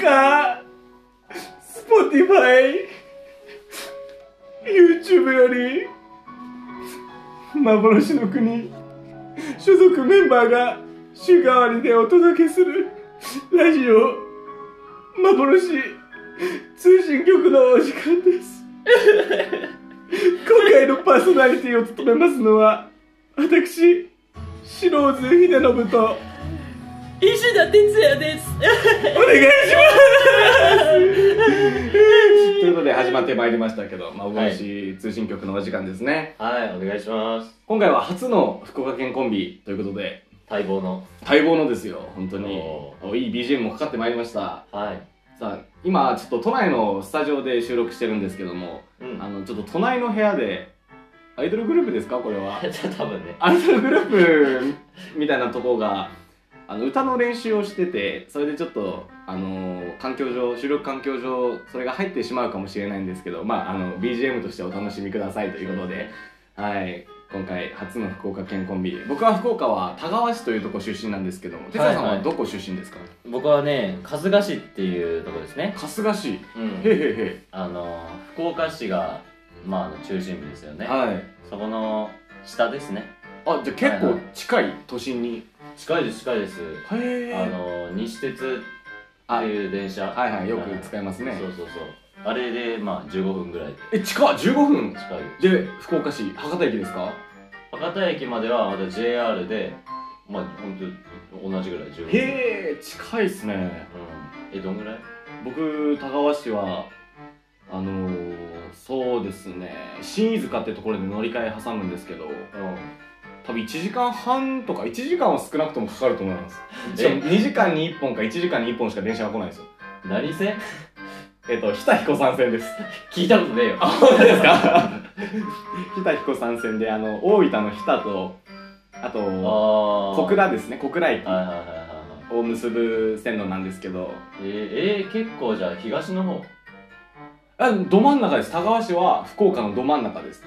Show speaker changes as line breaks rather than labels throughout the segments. か Spotify、YouTube より幻の国所属メンバーが週替わりでお届けするラジオ幻通信局のお時間です今回のパーソナリティを務めますのは私白津秀信と
石田哲也です。
お願いしますということで始まってまいりましたけど、まあ、
はい
し通信局のお時間ですね、
はい、お願いします。
今回は初の福岡県コンビということで
待望の。
待望のですよ本当に
お
おいい BGM もかかってまいりました
はい。
さあ今ちょっと都内のスタジオで収録してるんですけども
う
あ
ん。
のちょっと都内の部屋でアイドルグループですかこれは
多分ね。
アイドルグループみたいなとこがあの歌の練習をしててそれでちょっとあの環境上収録環境上それが入ってしまうかもしれないんですけどまああの BGM としてお楽しみくださいということではい今回初の福岡県コンビ僕は福岡は田川市というとこ出身なんですけど哲也さん
はい
は
はい
どこ出身ですか、
僕はね、春日市っていうところですね。
春日市へ
う
えへ
ん。
え
あの、福岡市が、まああの、中心部ですよ
へえ
ね。
はい
そこの下ですね。
あじゃあ結構近い都心に
近いです、近いです。
へ
あ
え
の、西鉄って
あ
いう電車。
はいはいよく使いますね
そうそうそう。あれで、まあ、15分ぐらいで
え近っ15分
近い。
で福岡市博多駅ですか
博多駅まではまた JR で、まあ、本当同じぐらい、15分。
へえ近いっすね
うん。え、どんぐらい
僕田川市はあのー、そうですね新飯塚ってところで乗り換え挟むんですけど
う
多分1時間半とか1時間は少なくともかかると思います
え
しかも2時間に1本か1時間に1本しか電車が来ないんですよ
ん。何線
えっと日田彦参戦です
聞いたことねえよ。
本当ですか 日田彦参戦であの大分の日田とあと
あ
小倉ですね小倉駅
はいはいはいはいはい。
を結ぶ線路なんですけど
えー、えー、結構じゃあ東の方。
あど真ん中です田川市は福岡のど真ん中です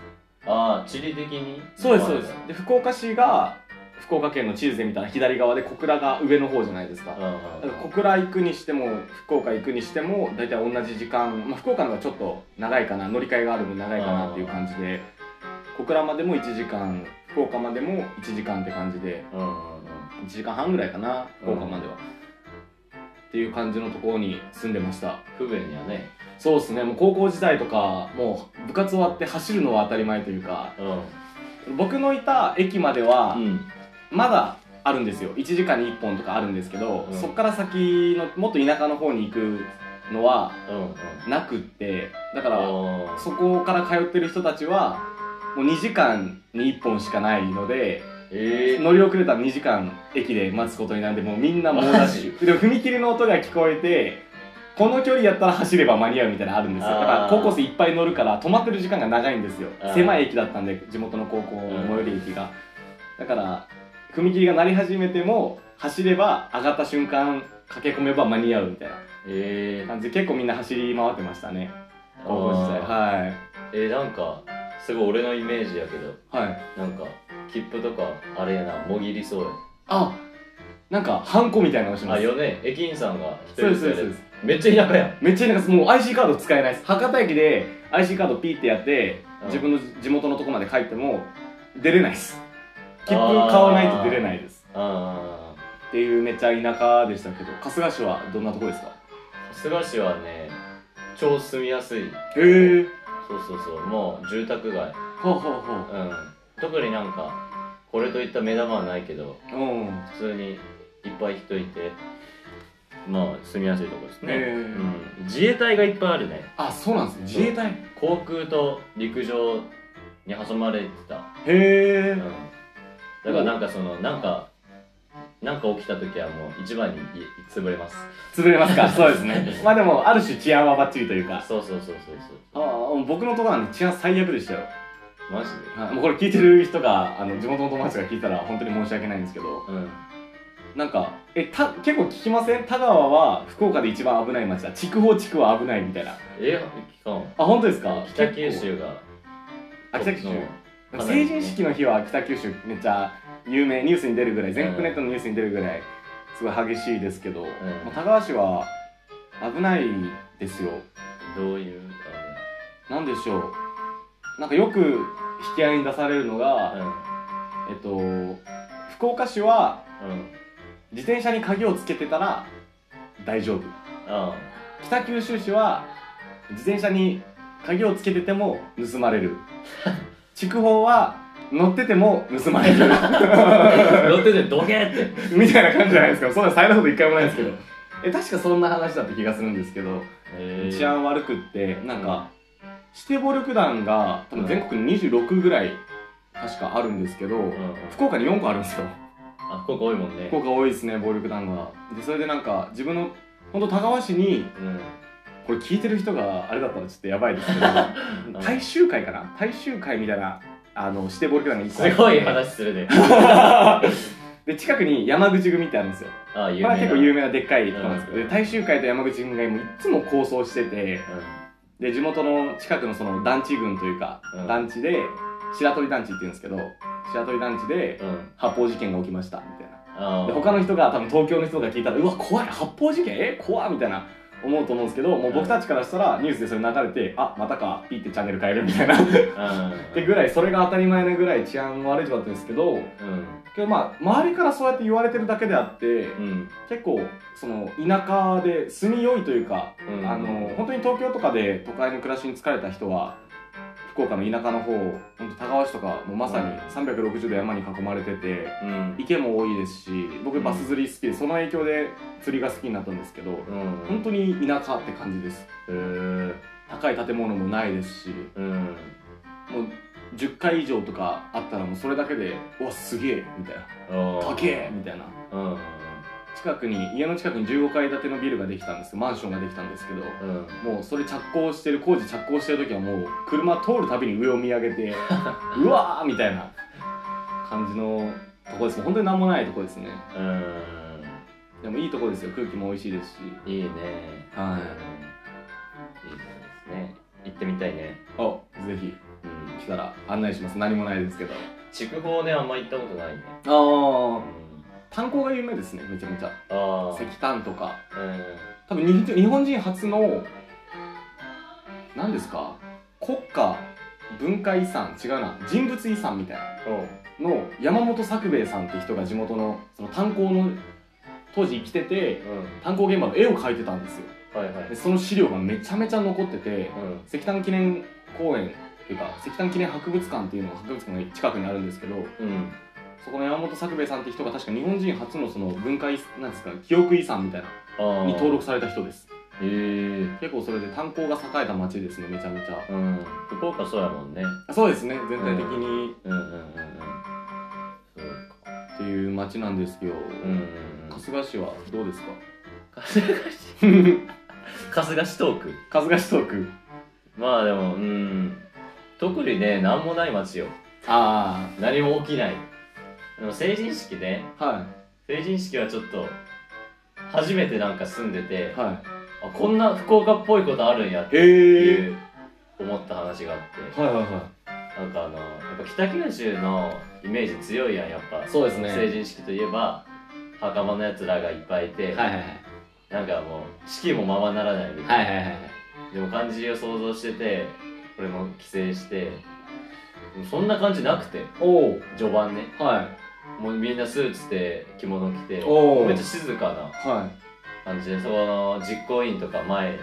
ああ、地理的に。
そうですそうですで福岡市が福岡県の地図で見たら左側で小倉が上の方じゃないですか
うん
だか
う
ら
ん
小倉行くにしても福岡行くにしても大体同じ時間、まあ、福岡の方がちょっと長いかな乗り換えがある分長いかなっていう感じで小倉までも1時間福岡までも1時間って感じで
うん。うんうん
1時間半ぐらいかな福岡までは、っていう感じのところに住んでました
不便やね。
そうですねもう高校時代とかもう部活終わって走るのは当たり前というか
うん。
僕のいた駅までは、
うん。
まだあるんですよ1時間に1本とかあるんですけど、
うん
そっから先のもっと田舎の方に行くのは
うん。うん。
なくってだか
あ
ら
ー
そこから通ってる人たちはもう2時間に1本しかないので
えー、
乗り遅れたら2時間駅で待つことになるんでもうみんな猛ダッシュで踏切の音が聞こえてこの距離やったら走れば間に合うみたいなのあるんですよだから
あー
高校生いっぱい乗るから止まってる時間が長いんですよ
あー
狭い駅だったんで地元の高校の最寄り駅がだから踏切が鳴り始めても走れば上がった瞬間駆け込めば間に合うみたいな
え ー、
感じで結構みんな走り回ってましたね高校時代
あ
は
ーえー、なんか、すごい俺のイメージやけど、
いはい
なんか、切符とか、あれやな、もぎりそうや。
あなんかハンコみたいなのをしま
あ、
す
よね、駅員さんが一
そうで
人です
そ
す
うですそうで
よね
す
めっちゃ田舎やん。
めっちゃ田舎もう IC カード使えないです博多駅で IC カードピーってやって
うん
自分の地元のとこまで帰っても出れないです切符買わないと出れないです
あ
っていうめっちゃ田舎でしたけど春日市はどんなとこですか
あ春日市はね超住みやすい
へえ
そうそうそうもう住宅街
はあは
うん特になんかこれといった目玉はないけど
あはあうん
普通にいっぱい人いてまあ住みやすいとこですね、
へー
うん、自衛隊がいっぱいあるね
あそうなんですね自衛隊へ
航空と陸上に挟まれてた、う
え
ん、だからなんかそのなんかなんか起きた時はもう一番にい潰れます
潰れ ますかそうですねまあでもある種治安はバッチリというか
そうそうそうそうそ
ああ僕のとこなんで治安最悪でしたよ
うマジで
もうこれ聞いてる人があの地元の友達が聞いたら本当に申し訳ないんですけど
うん
なんかえた結構聞きません田川は福岡で一番危ない町だ筑豊地区は危ないみたいな
え期間
あ本当ですか
北九州が
あ北九州
うん
なんか成人式の日は北九州めっちゃ有名ニュースに出るぐらい全国ネットのニュースに出るぐらいすごい激しいですけど、
ん
まあ、田川市は危ないですよ
どういう
なんでしょうなんかよく引き合いに出されるのが、
あの
えっと福岡市は
うんうん
自転車に鍵をつけてたら大丈夫
あ
北九州市は自転車に鍵をつけてても盗まれる筑豊は乗ってても盗ま れる
あ乗っててドゲーって
みたいな感じじゃないですかそんな大変なこと一回もないですけどえ確かそんな話だった気がするんですけど
え
治安悪くってなんか指定暴力団が多分全国に26ぐらい確かあるんですけど、
うん
福岡に4個あるんですよ
あ福岡多いもんね
福岡多いですね暴力団がでそれでなんか自分の本当田川市に
うん
これ聞いてる人があれだったらちょっとやばいですけど大衆会かな大衆会みたいなあの指定暴力団が1個あっ
す
て
ごい話 するね
で近くに山口組ってあるんですよ
あ
こ
有名
れは
な
結構有名なでっかいとこなんですけど、
うん
で大衆会と山口組がもういつも構想しててで地元の近くのその団地群というか、
うん
団地で白鳥団地って言うんですけど白鳥団地で
うんうん
発砲事件が起きましたみたいな
あ
で他の人が多分東京の人が聞いたらうわ怖い発砲事件え怖いみたいな思うと思うんですけどもう僕たちからしたらニュースでそれ流れてあまたかピッてチャンネル変えるみたいなっ
うん
てぐらいそれが当たり前なぐらい治安悪い状態ですけど
うん
けどまあ周りからそうやって言われてるだけであって
うん
結構その田舎で住みよいというか
うん
あの本当に東京とかで都会の暮らしに疲れた人は福岡の田舎の方本当田川市とかもうまさに360度山に囲まれてて。
うん
池も多いですし僕バス釣り好きで、その影響で釣りが好きになったんですけど、
うん
本当に田舎って感じです
へー
高い建物もないですしも
うん
う10階以上とかあったらもうそれだけでうわすげえみたいな
あ
高えみたいな
ーうん
近くに家の近くに15階建てのビルができたんですマンションができたんですけど
うん
もうそれ着工してる工事着工してる時はもう車通るたびに上を見上げ てうわーみたいな感じのとこです本当に何もないとこですね
うん
でもいいとこですよ空気も美味しいですし
いいね
はい
いいですね行ってみたいね
あぜひ
うん
来たら案内します何もないですけど
筑豊ねあんま行ったことないねう
ああ
ん
炭鉱が有名ですねめちゃめちゃ
あ
石炭とか
あうん
多分に日本人初の何ですか国家文化遺産違うな人物遺産みたい
おう
なの山本作兵衛さんって人が地元のその炭鉱の当時生きてて
うん
炭鉱現場の絵を描いてたんですよ
はいはい
でその資料がめちゃめちゃ残ってて
うん
石炭記念公園っていうか石炭記念博物館っていうのが博物館が近くにあるんですけど
うん
そこの山本作兵衛さんって人が確か日本人初のその文化遺なんですか記憶遺産みたいな
あー
に登録された人です
へえ
結構それで炭鉱が栄えた町ですねめちゃめちゃ
うん福岡そうやもんね
あそうですね全体的に
うんうんうんうんそうか
っていう町なんですよ、
うんうんうん
春日市はどう ですか
春日市 春日市トーク
春日市トーク
まあでもうん特にね何もない街よ
あ
何も起きないでも成人式ね
あは
成人式はちょっと初めてなんか住んでて、
いは
あこんな福岡っぽいことあるんやっ
い
て
へ
い
え
う思った話があって
はいはいは
なんかあのやっぱ北九州のイメージ強いやんやっぱ
いそうですね
成人式といえば袴のやつらがいっぱいいて、
はいはいはい
なんかもう式もままならないみたい
は
な、
いはいはいはい
でも漢字を想像してて俺も帰省してでもそんな感じなくて
おお
序盤ね
は
もうみんなスーツで着物着て
おー
めっちゃ静かない
は
感じでその実行委員とか前の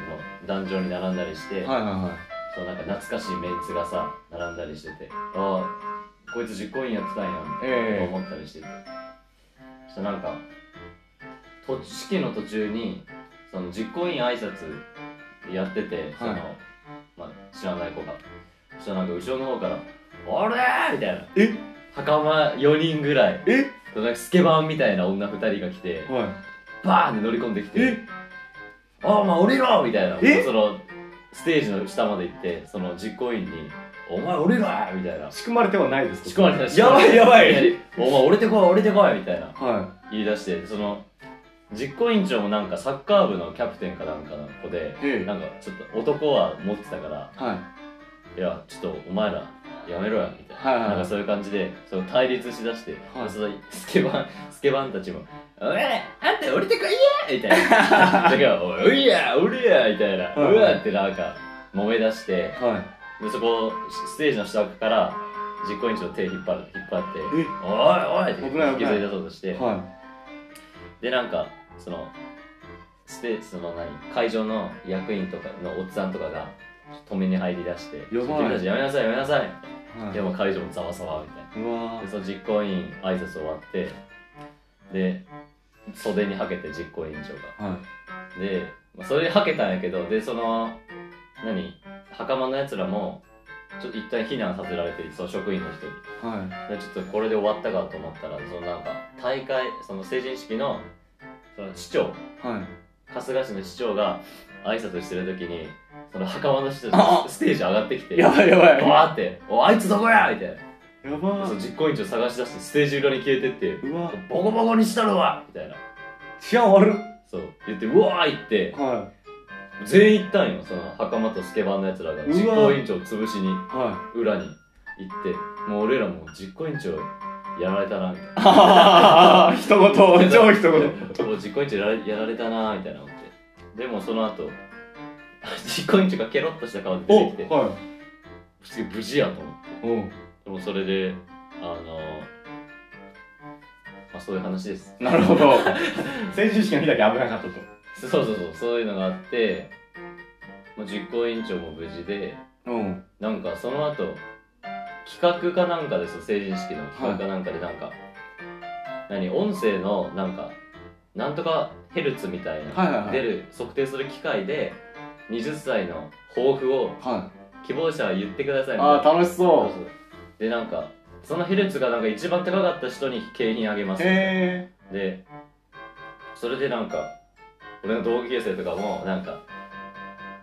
壇上に並んだりして、
いはいはいはい
そうなんか懐かしいメンツがさ並んだりしててああこいつ実行委員やってたんやみたいな
ええ
思ったりしてて、そしたらなんかと式の途中にその実行委員挨拶やっててその、
はい
まあ、知らない子がそしたらなんか後ろの方から「あれ!」みたいな
え
袴4人ぐらい
え
そうなんかスケバンみたいな女2人が来て
は
バーンって乗り込んでき
い
て「ああまあ降りろ!」みたいな
え
そのステージの下まで行ってその実行委員に「お前降りろ!」みたいな
仕組まれてはないですか
仕込まれた
やばいやばい
きなりお前降りてこい降りてこい!」みたいな
は
言い出してその実行委員長もなんかサッカー部のキャプテンかなんかの子で
いええ
なんかちょっと男は持ってたから
はい
いやちょっとお前らやめろやみたい
は
な,、
いはいはい
なんかそういう感じでそう対立しだして、
はい
そのスケバン スケバンたちも「おいあんた降りてこいや!」みたいな だから「おいおいや降りや!」みたいな
は
「
いはいう
わ!」ってなんか揉め出して
はい
でそこステージの下から実行委員長の手引っ張る引っ張って
え
「おいおい!」って
危ない
引
危
き
ない
ずり出そうとして、
は
でなんかそのステその何会場の役員とかのおっさんとかが止めに入り出して「
やばい
君たちやめなさいやめなさい」
いはい
でも会場もざわざわみたいう
わ
なで
ー
その実行委員挨拶終わってで袖にはけて実行委員長が
はい
で、まあ、それではけたんやけどでその何袴のやつらもちょっと一旦避難させられてその職員の人に
は
でちょっとこれで終わったかと思ったらそのなんか大会その成人式のその市長
いはい
春日市の市長が挨拶してる時にその袴の人
あ
たちステージ上がってきて
やばいやばい
わーって「おあいつどこや!」みたいな
やばー
その実行委員長探し出してステージ裏に消えてって
うわ
「ボコボコにしたのは!」みたいな
治安悪っ
そう言って「うわー!」言って
は
全員行ったんよその袴とスケバンのやつらが
うわ
実行委員長を潰しに
いは
裏に行ってもう俺らもう実行委員長やられたなみたい
いはははは一言超一言
なもう実行委員長やられやられたなみたいな思ってでもその後 実行委員長がケロッとした顔で出てきて
おは
普通に無事やと思って
いおう
でもそれであのまあそういう話です
なるほど 成人式の日だけ危なかったと
そうそうそうそういうのがあって、まあ、実行委員長も無事で
うん
なんかその後企画かなんかですよ成人式の企画かなんかでなんか、何音声のなんかなんとかヘルツみたいな、
はいはいはい
出る測定する機械で20歳の抱負を
は
希望者は言ってくださ
い
いみたいな
ああ楽し
そう
そ
そうでなんかそのヘルツがなんか一番高かった人に景品あげま
う
す
へえ
でそれでなんか俺の同級生とかもなんか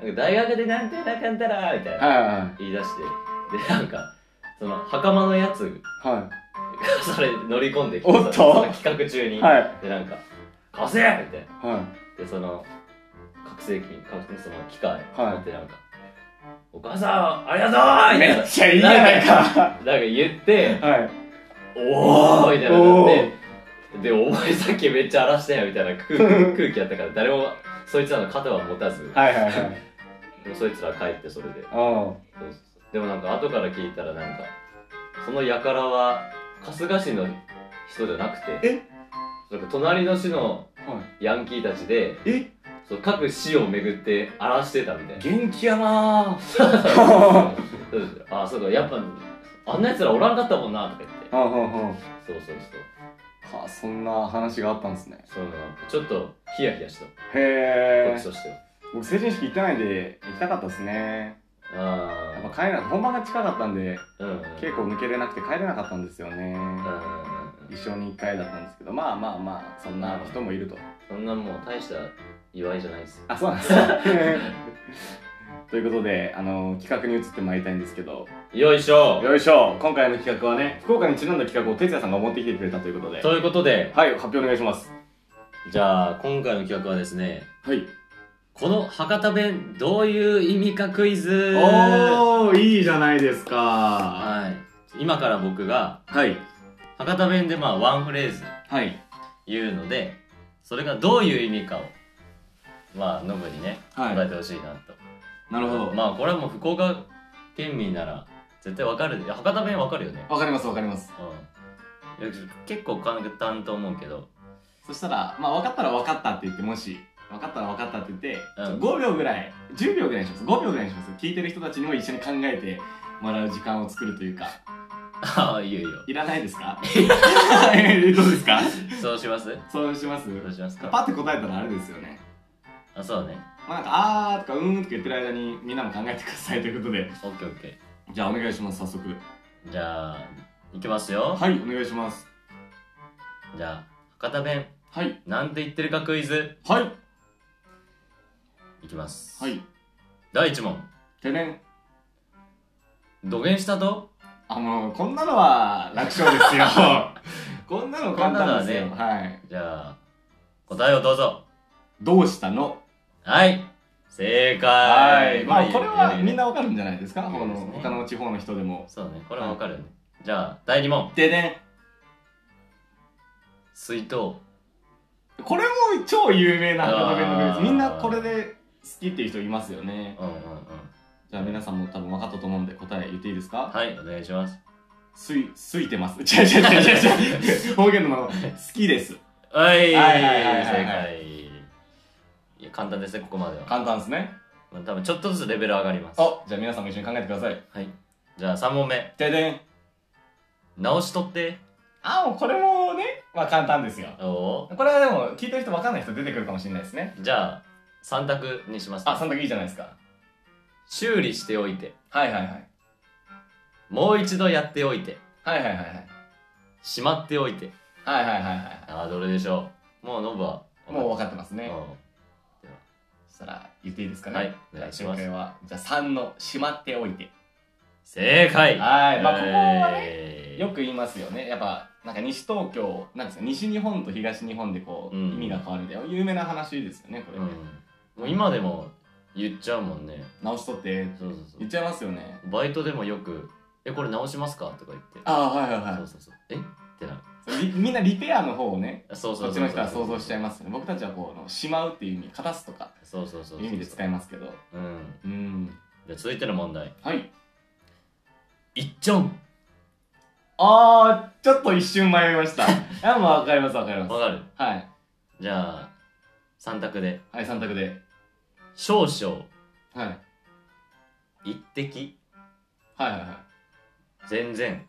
なんか大学でなんてなかんたらみたいな
はいは
言い出してでなんかその袴のやつ
いは
がそれ乗り込んできて
おっと
その企画中
い
に、
はい
でなんか「貸せ!」みたいな
は
でその覚醒器覚その機械
はい
持ってなんか「お母さんありがとう!」
いめ
みたいな
っちゃいいじゃないか
なんか言って
はい
「おー!」みたいな
お
なっ
ー
てで「お前さっきめっちゃ荒らしたやん」みたいな空空気やったから誰もそいつらの肩は持たず、
はいはいはい
でもそいつら帰ってそれで
おう
そうそうそうでもなんか後から聞いたらなんかその輩は春日市の人じゃなくて
え
なんか隣の市の
は
ヤンキーたちで
いえ
そう各市を巡って荒らしてたみたいな
元気やな
そう
あ
そうそうあそうかやっぱあんなやつらおらんかったもんなとか言って
あは
そうそうそう
あはあそんな話があったんですね
そういうのがちょっとヒヤヒヤしたこ
へえ
っちとしては
僕成人式行ってないんで行きたかったですねやっ
あ
ぱ帰れな本番が近かったんで
あうんうん
稽古抜けれなくて帰れなかったんですよね
うんうんうん
一生に一回だったんですけどまあまあまあそんな人もいると
そんなもう大した祝いじゃないですよ
あそうなんですか ということであの企画に移ってまいりたいんですけど
よいしょ
よいしょ今回の企画はね福岡にちなんだ企画を哲也さんが持ってきてくれたということで
ということで
はい発表お願いします
じゃあ今回の企画はですね
はい
この博多弁どういう意味かクイズ
おーいいじゃないですか
はい今から僕が
はい
博多弁でまあワンフレーズ
はい
言うのでそれがどういう意味かをまあノブにね
は
答
い
えてほしいなと、
なるほど
まあこれはもう福岡県民なら絶対わかるいや博多弁わかるよね
わかりますわかります
うんいや結構簡単と思うけど
そしたら、まあ、分かったら分かったって言って、もし、分かったら分かったって言って、
うん
5秒ぐらい、10秒ぐらいにします。5秒ぐらいにします。聞いてる人たちにも一緒に考えてもらう時間を作るというか、
ああいいよいいよ
いらないですかえどうですか
そうします
そうします
そうします
パ
か
ッて答えたらあれですよね。
あそうね
まあ、なんか、あーとか、うーんとか言ってる間にみんなも考えてくださいということで、
オッケーオッケ
じゃあお願いします、早速。
ーじゃあいきますよ
はい、お願いします。
じゃあ博多弁
はい、
なんて言ってるかクイズ
はい、
いきます、
はい、
第1問
てねん。
土下したと
あの、こんなのは楽勝ですよ。 こんなの簡単ですよ。
こんな
はい。
じゃあ答えをどうぞ
どうしたの
はい正解
はい、まあこれはみん
な
なわかるんじゃないですか他
いい
の
ですね
他の地方の人でも
そうねこれはわかるよねじゃあ第2問
でね
水筒
これも超有名な花弁のフレー
あ
ズ
ー
みんなこれで好きっていう人いますよね
うんうんうん
じゃあ皆さんも多分分かったと思うんで答え言っていいですか
はいお願いします
すいすいてます 違う違う違う違う違う方言のまま好きです
はい
はいはいはいはい
正解いや簡単ですねここまでは、
簡単ですね
まあ、多分ちょっとずつレベル上がります
おじゃあ皆さんも一緒に考えてください
はいじゃあ3問目
ででん
直しとって
あもうこれもねまあ簡単ですよ
おお
これはでも聞いてる人分かんない人出てくるかもしれないですね
じゃあ3択にします、
あ三択いいじゃないですか
修理しておいて
はいはいはい
もう一度やっておいて
はいはいはいはい
しまっておいて
はいはいはいはい
ああどれでしょうもうノブは
もう分
か
かってますね。そしたら言っていいですか
うん
ね。
はいお
じゃ
願
あ
いし
紹
ます
介は、じゃあ3の、しまっておいて。
正解
はい。まあ、ここはね、
えー
よく言いますよね。やっぱ、なんか西東京、なんですか、西日本と東日本でこう、
うん
意味が変わるみたいな、有名な話ですよね、これ。
うん、もう今でも言っちゃうもんね
直しとって、
そうそうそ
言っちゃいますよね。
うバイトでもよく「えこれ直しますか?」とか言って
ああ、はいはい
そ
は
うそうそうえってなる
いリ。みんなリペアの方をね、
あそうそ
こっ
う
ち
そう
の人は想像しちゃい
ま
ますよね。僕たちはこう、しまうっていう意味、かたすとか、
すそうそうそうそう
いう意味で使いますけど。
うん
うん。
じゃあ続いての問題
はい。
いっちょん
あー、ちょっと一瞬迷いま した。いや、まあ、わかりますわかります。
わかる
はい。
じゃあ3択で
はい、三択で。
「少々
はい。
一滴
はいはいはい。
全然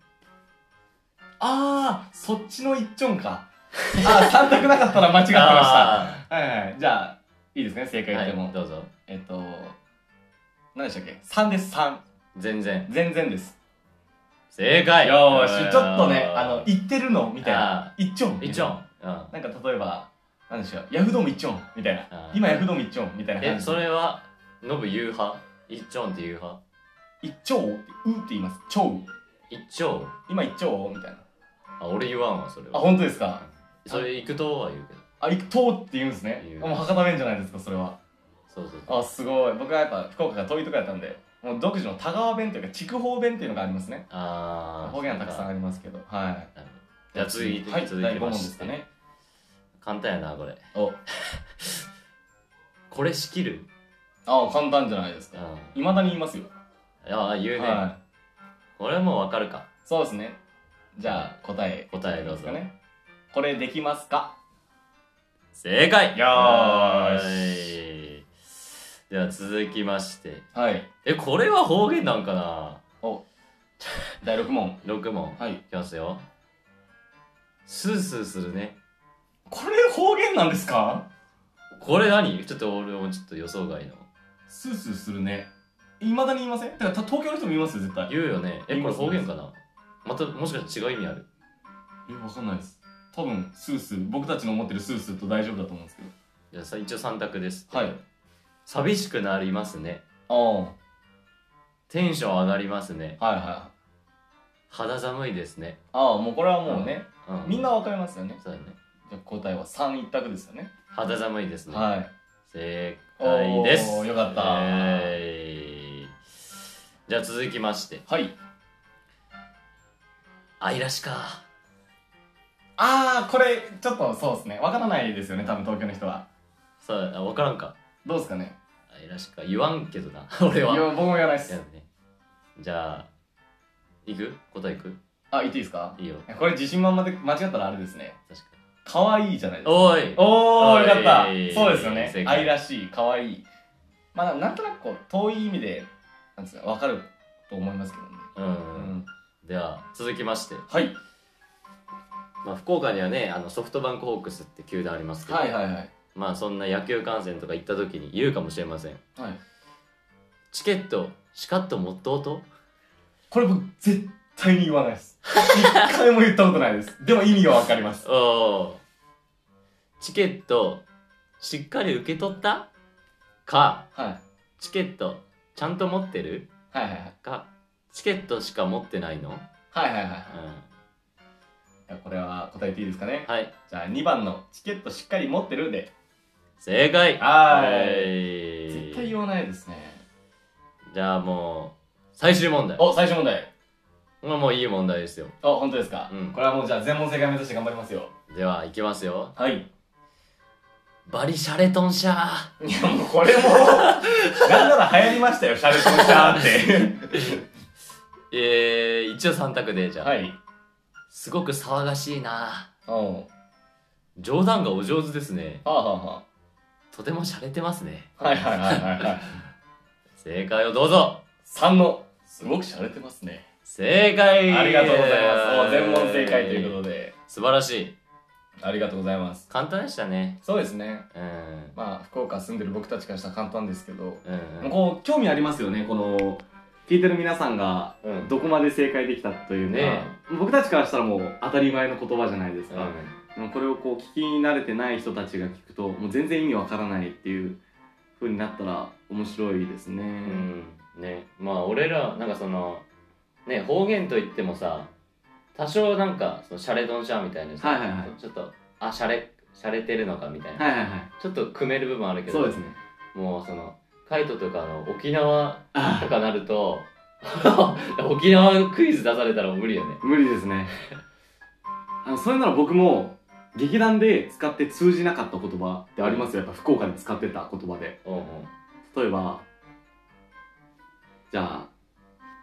あー、そっちの一丁か。あー、三択なかったら間違って」ました。
あ
はいはい。じゃあ、いいですね、正解
ー
言っても。
はいどうぞ
えっと、何でしたっけ ?3 です、3。
全然
全然です。
正解
よーし、ちょっとね、あの、言ってるのみたいな
あ。
一丁。
いっちょんうん
なんか例えば、何でしょう、ヤフドーム一丁みたいな。
あー
今ヤフドーム一丁みたいな感
え
じ。
それはノブ言う派いっちょんって言う派
一丁うって言います。超
いっちょう
今一丁みたいな。
あ俺言わんわそれ
あ、
は
本当ですか
それ行くとは言うけど
あ、行くとうって言うんですね
言。う
もう博多弁じゃないですか、それは。
そうそうそう
あすごい僕はやっぱ福岡が遠いとこやったんでもう独自の田川弁というか筑豊弁っていうのがありますね
ああ
方言はたくさんあ
ん
りますけどはい
じゃあ続いて、
はい
続い
第
て
5問
ま
で
し
す
て
かね
簡単やなこれ
お
これ仕切る
あ簡単じゃないですか
あ
いまだに言いますよ
あー言うね、
は
これはもうわかるか
いそうですねじゃあ答え
答えどうぞ
ですかねこれできますか
正解
よーし
しでは続きまして
はい
えこれは方言なんかな
第6問
6問い
はい
きますよスースーするね
これ方言なんですか
これ何ちょっと俺もちょっと予想外の
スースーするねいまだに言いませんてかた東京の人も言いますよ絶対
言うよねえ
言い
こ
ま
れ
す
方言かなまたもしかして違う意味ある
えわかんないです多分スースー僕たちの思ってるスースーと大丈夫だと思うんですけど
じゃあさ一応3択です
はい
寂しくなりますね
ああ
テンション上がりますね
はいはい。
肌寒いですね、
ああ、もうこれはもうね、
う
みんなわかりますよね。
そうだね
じゃあ答えは三一択ですよね。
肌寒いですね、
はい。
正解です
おーよかった
えーじゃあ続きまして
はい。
愛らしか
ああ、これ、ちょっとそうですね。わからないですよね、多分東京の人は。
さあ分からんか
どうですかね。
愛らしか言わんけどな
い
俺
や、
は
僕も言わないで
や
す
る。ねじゃあいく答えいく
あ、言っていいですか
いいよ
これ自信満々で間違ったらあれですね。
確かに
可愛いじゃないですか。
おーい
おー、よかった
お。い
そうですよね
正。解
愛らしい、可愛い。まあ、なんとなくこう、遠い意味で、なんですか、わかると思いますけどね。
うん、
うん。
では続きまして、
はい。
まあ、福岡にはねあのソフトバンクホークスって球団ありますけど、
はいはいはい。
まあそんな野球観戦とか行った時に言うかもしれません
はい。
チケットしかっと持っとうと
これ僕絶対に言わないです一回も言ったことないですでも意味はわかります
おーチケットしっかり受け取ったか
はい
チケットちゃんと持ってる
はいはい
かチケットしか持ってないの、
はいはいはいは
う
いこれは答えていいですかね
ん、はい
じゃあ2番のチケットしっかり持ってるんで
正解
はーい
ーい
絶対言わないですね
じゃあもう最終問題
お最初問題
まあもういい問題ですよ
あ本当ですか、
うん
これはもうじゃあ全問正解目指して頑張りますよ
ではいきますよ
はいい
バリシャレトンシャー
やもうこれも なんなら流行りましたよシャルコンシャーって
えー、一応三択でじゃあ、
はい
すごく騒がしいな
おう
冗談がお上手ですね
はあはあは
とても洒落てますね
あはいはいはいはいはい
正解をどうぞ
3のすごく洒落てますね
正解
ありがとうございますお全問正解ということとで
素晴らしい
ありがとうございます
簡単でしたね
そうですね
うん
まあ福岡住んでる僕たちからしたら簡単ですけど
うん
こう興味ありますよねこの聞いてる皆さんが
うんうん
どこまで正解できたというか、
ね
僕たちからしたらもう当たり前の言葉じゃないです
う
か、
ん
でもこれをこう聞き慣れてない人たちが聞くともう全然意味わからないっていう風になったら面白いですね、
うんねまあ俺らなんかそのね方言といってもさ多少なんかそのシャレドンシャーみたいなさ、
はいはいはい
ちょっとあシャレシャレてるのかみたいな、
はいはいはい
ちょっと組める部分あるけど
そうですね
もうそのカイトとかの沖縄
あ
とかなると 沖縄クイズ出されたら無理よね
無理です ねあのそれなら僕も劇団で使って通じなかった言葉ってありますよやっぱ福岡で使ってた言葉で
うんうん
例えばじゃあ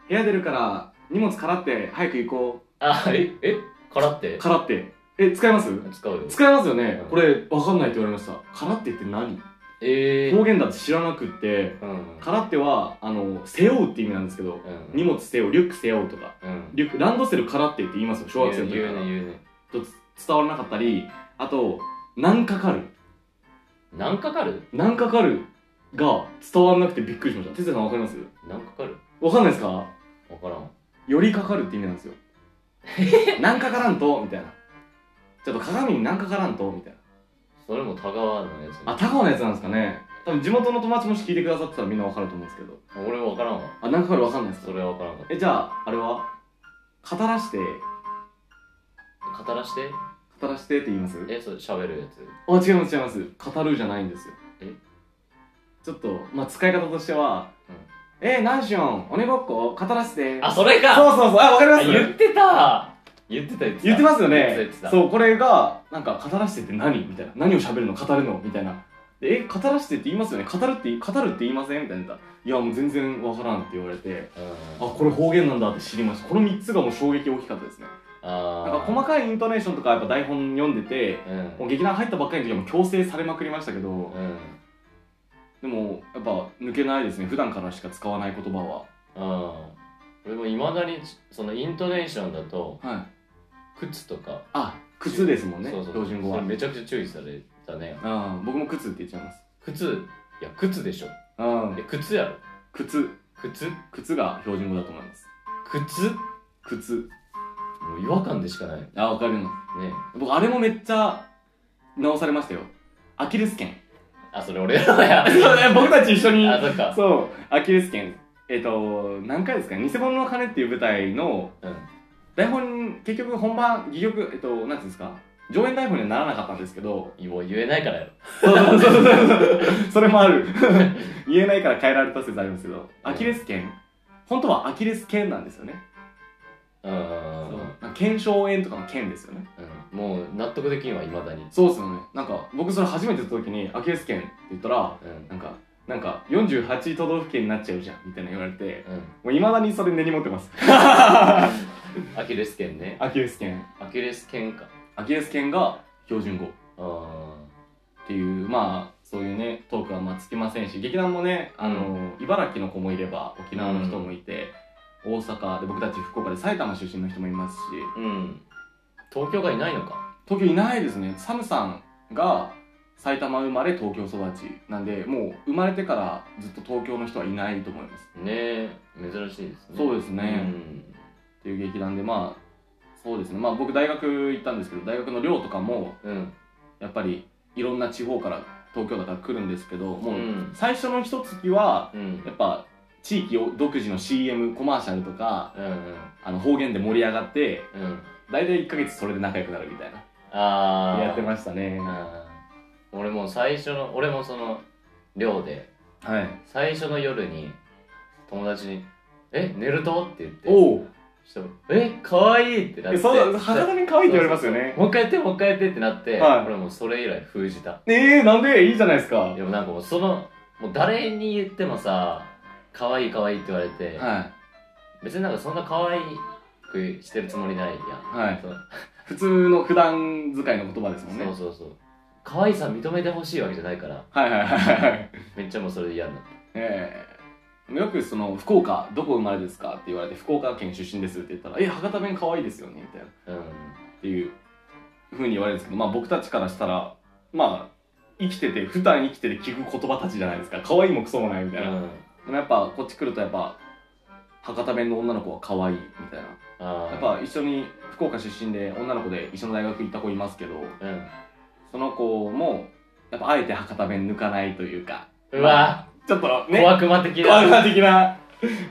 部屋出るから荷物からって早く行こ
あええからって
うからってえ使います
使うよ
使いますよね
うん
これ分かんないって言われましたからってって何
えー、
方言だって知らなくって
うんうん
からってはあの背負うって意味なんですけど
うん
荷物背負うリュック背負うとか
うん
リュックランドセルからってって言いますよ小学生の時
言
か
う
ら
ね言うね
ちょっと伝わらなかったりあと「何かかる」
何かかる
「何かかる」が伝わらなくてびっくりしました哲也さんわかります
何かかる
わかんないですか
分からん
よりかかるって意味なんですよなんかからんとみたいなちょっと鏡になんかからんとみたい
それも田川のやつね
なあ高尾のやつなんですかね多分地元の友達もし聞いてくださってたらみんなわかると思うんですけど
俺分からんわ
あなんかかるわかんないです
そ
か
れは分からんかっ
えじゃああれは語らして
た語らして
語らしてって言います
えそれ喋るやつ
あ違います違います語るじゃないんですよ
え
ちょっとまあ使い方としては、えなんしよん鬼ごっこ語らせて
あそれか
そうそうそうあわかりま
あ
す
言ってた言ってた言ってた
言ってますよね
言ってた言ってた
そうこれがなんか語らせてって何みたいな何を喋るの語るのみたいなでえ語らせてって言いますよね語るって語るって言いませんみたいな言ったらいやもう全然わからんって言われて
うんうん
あこれ方言なんだって知りましたこの3つがもう衝撃大きかったですね
あ
な
ー
んか細かいイントネーションとかやっぱ台本読んでて
うん
もう劇団入ったばっかりの時はもう強制されまくりましたけど、
うん
でもやっぱ抜けないですね普段からしか使わない言葉は
あー俺もいまだにそのイントネーションだと
はい
靴とか
あ靴ですもんね
そうそう
標準語は
それめちゃくちゃ注意されたね
あ僕も靴って言っちゃいます
靴いや靴でしょ
うん
え靴やろ
靴
靴
靴が標準語だと思います
靴も
靴
う違和感でしかないね
あわかるの僕あれもめっちゃ直されましたよアキレス腱
あそれ俺ら や
僕たち一緒に
あそっか
そうアキレス腱えっ、と何回ですかね偽物の鐘っていう舞台の
うん
台本結局本番戯曲えっ、となんていうんですか上演台本にはならなかったんですけど
もう言えないからやろ
そうそうそうそうそれもあ る言えないから変えられた説ありますけどアキレス腱本当はアキレス腱なんですよね、
うんうん
そう
うん
なんか腱鞘炎とかの腱ですよね
うんもう納得できんわいまだに
そうっすよねなんか僕それ初めて言った時にアキレス腱って言ったら
うん
なんかなんか48都道府県になっちゃうじゃんみたいな言われて
うん
もういまだにそれ根に持ってます
アキレス腱ね
アキレス腱
アキレス腱か
アキレス腱が標準語っ
あ
ていうまあそういうねトークはまあつきませんし劇団もねあの、茨城の子もいれば沖縄の人もいて、大阪で僕たち福岡で埼玉出身の人もいますし
ーうん東京がいないのか
東京いないですねサムさんが埼玉生まれ東京育ちなんでもう生まれてからずっと東京の人はいないと思います
ねえ珍しいですね
そうですね
うん
っていう劇団でまあそうですねまあ僕大学行ったんですけど大学の寮とかも
うん
やっぱりいろんな地方から東京だから来るんですけど
う
もうん最初の一月は
うん
やっぱ地域を独自の CM コマーシャルとか
うんうん
あの方言で盛り上がって
うん
大体1ヶ月それで仲良くなるみたいな
ああ
やってましたね
俺も最初の俺もその寮で
はい
最初の夜に友達に「え寝ると?」って言って
おお
ちょっとえ可愛いってなって
そう肌並み可愛いって言われますよね
もう一回やってもう一回やってってなって、
はい
俺もうそれ以来封じた
えー、なんでいいじゃないですかは
でもなんかもうそのもう誰に言ってもさ可愛い可愛いって言われて、
いは
別になんかそんな可愛くしてるつもりないや
い
んそう
普通の普段使いの言葉ですもんね
そうそうそう可愛さ認めてほしいわけじゃないから
はいはいはいはい
めっちゃもうそれで嫌になっ
ええよくその福岡どこ生まれですかって言われて福岡県出身ですって言ったら「え博多弁可愛いですよね」みたいなった
うん
ていうふうに言われるんですけどまあ僕たちからしたらまあ生きてて普段生きてて聞く言葉たちじゃないですか可愛いもクソもないみたいな、
うん
でもやっぱこっち来るとやっぱ博多弁の女の子は可愛いみたいな
ああ
やっぱ一緒に福岡出身で女の子で一緒の大学行った子いますけど
うん
その子もやっぱあえて博多弁抜かないというか
うわ、
ちょっと
小
ね
悪魔的
コア
だ
ラ的な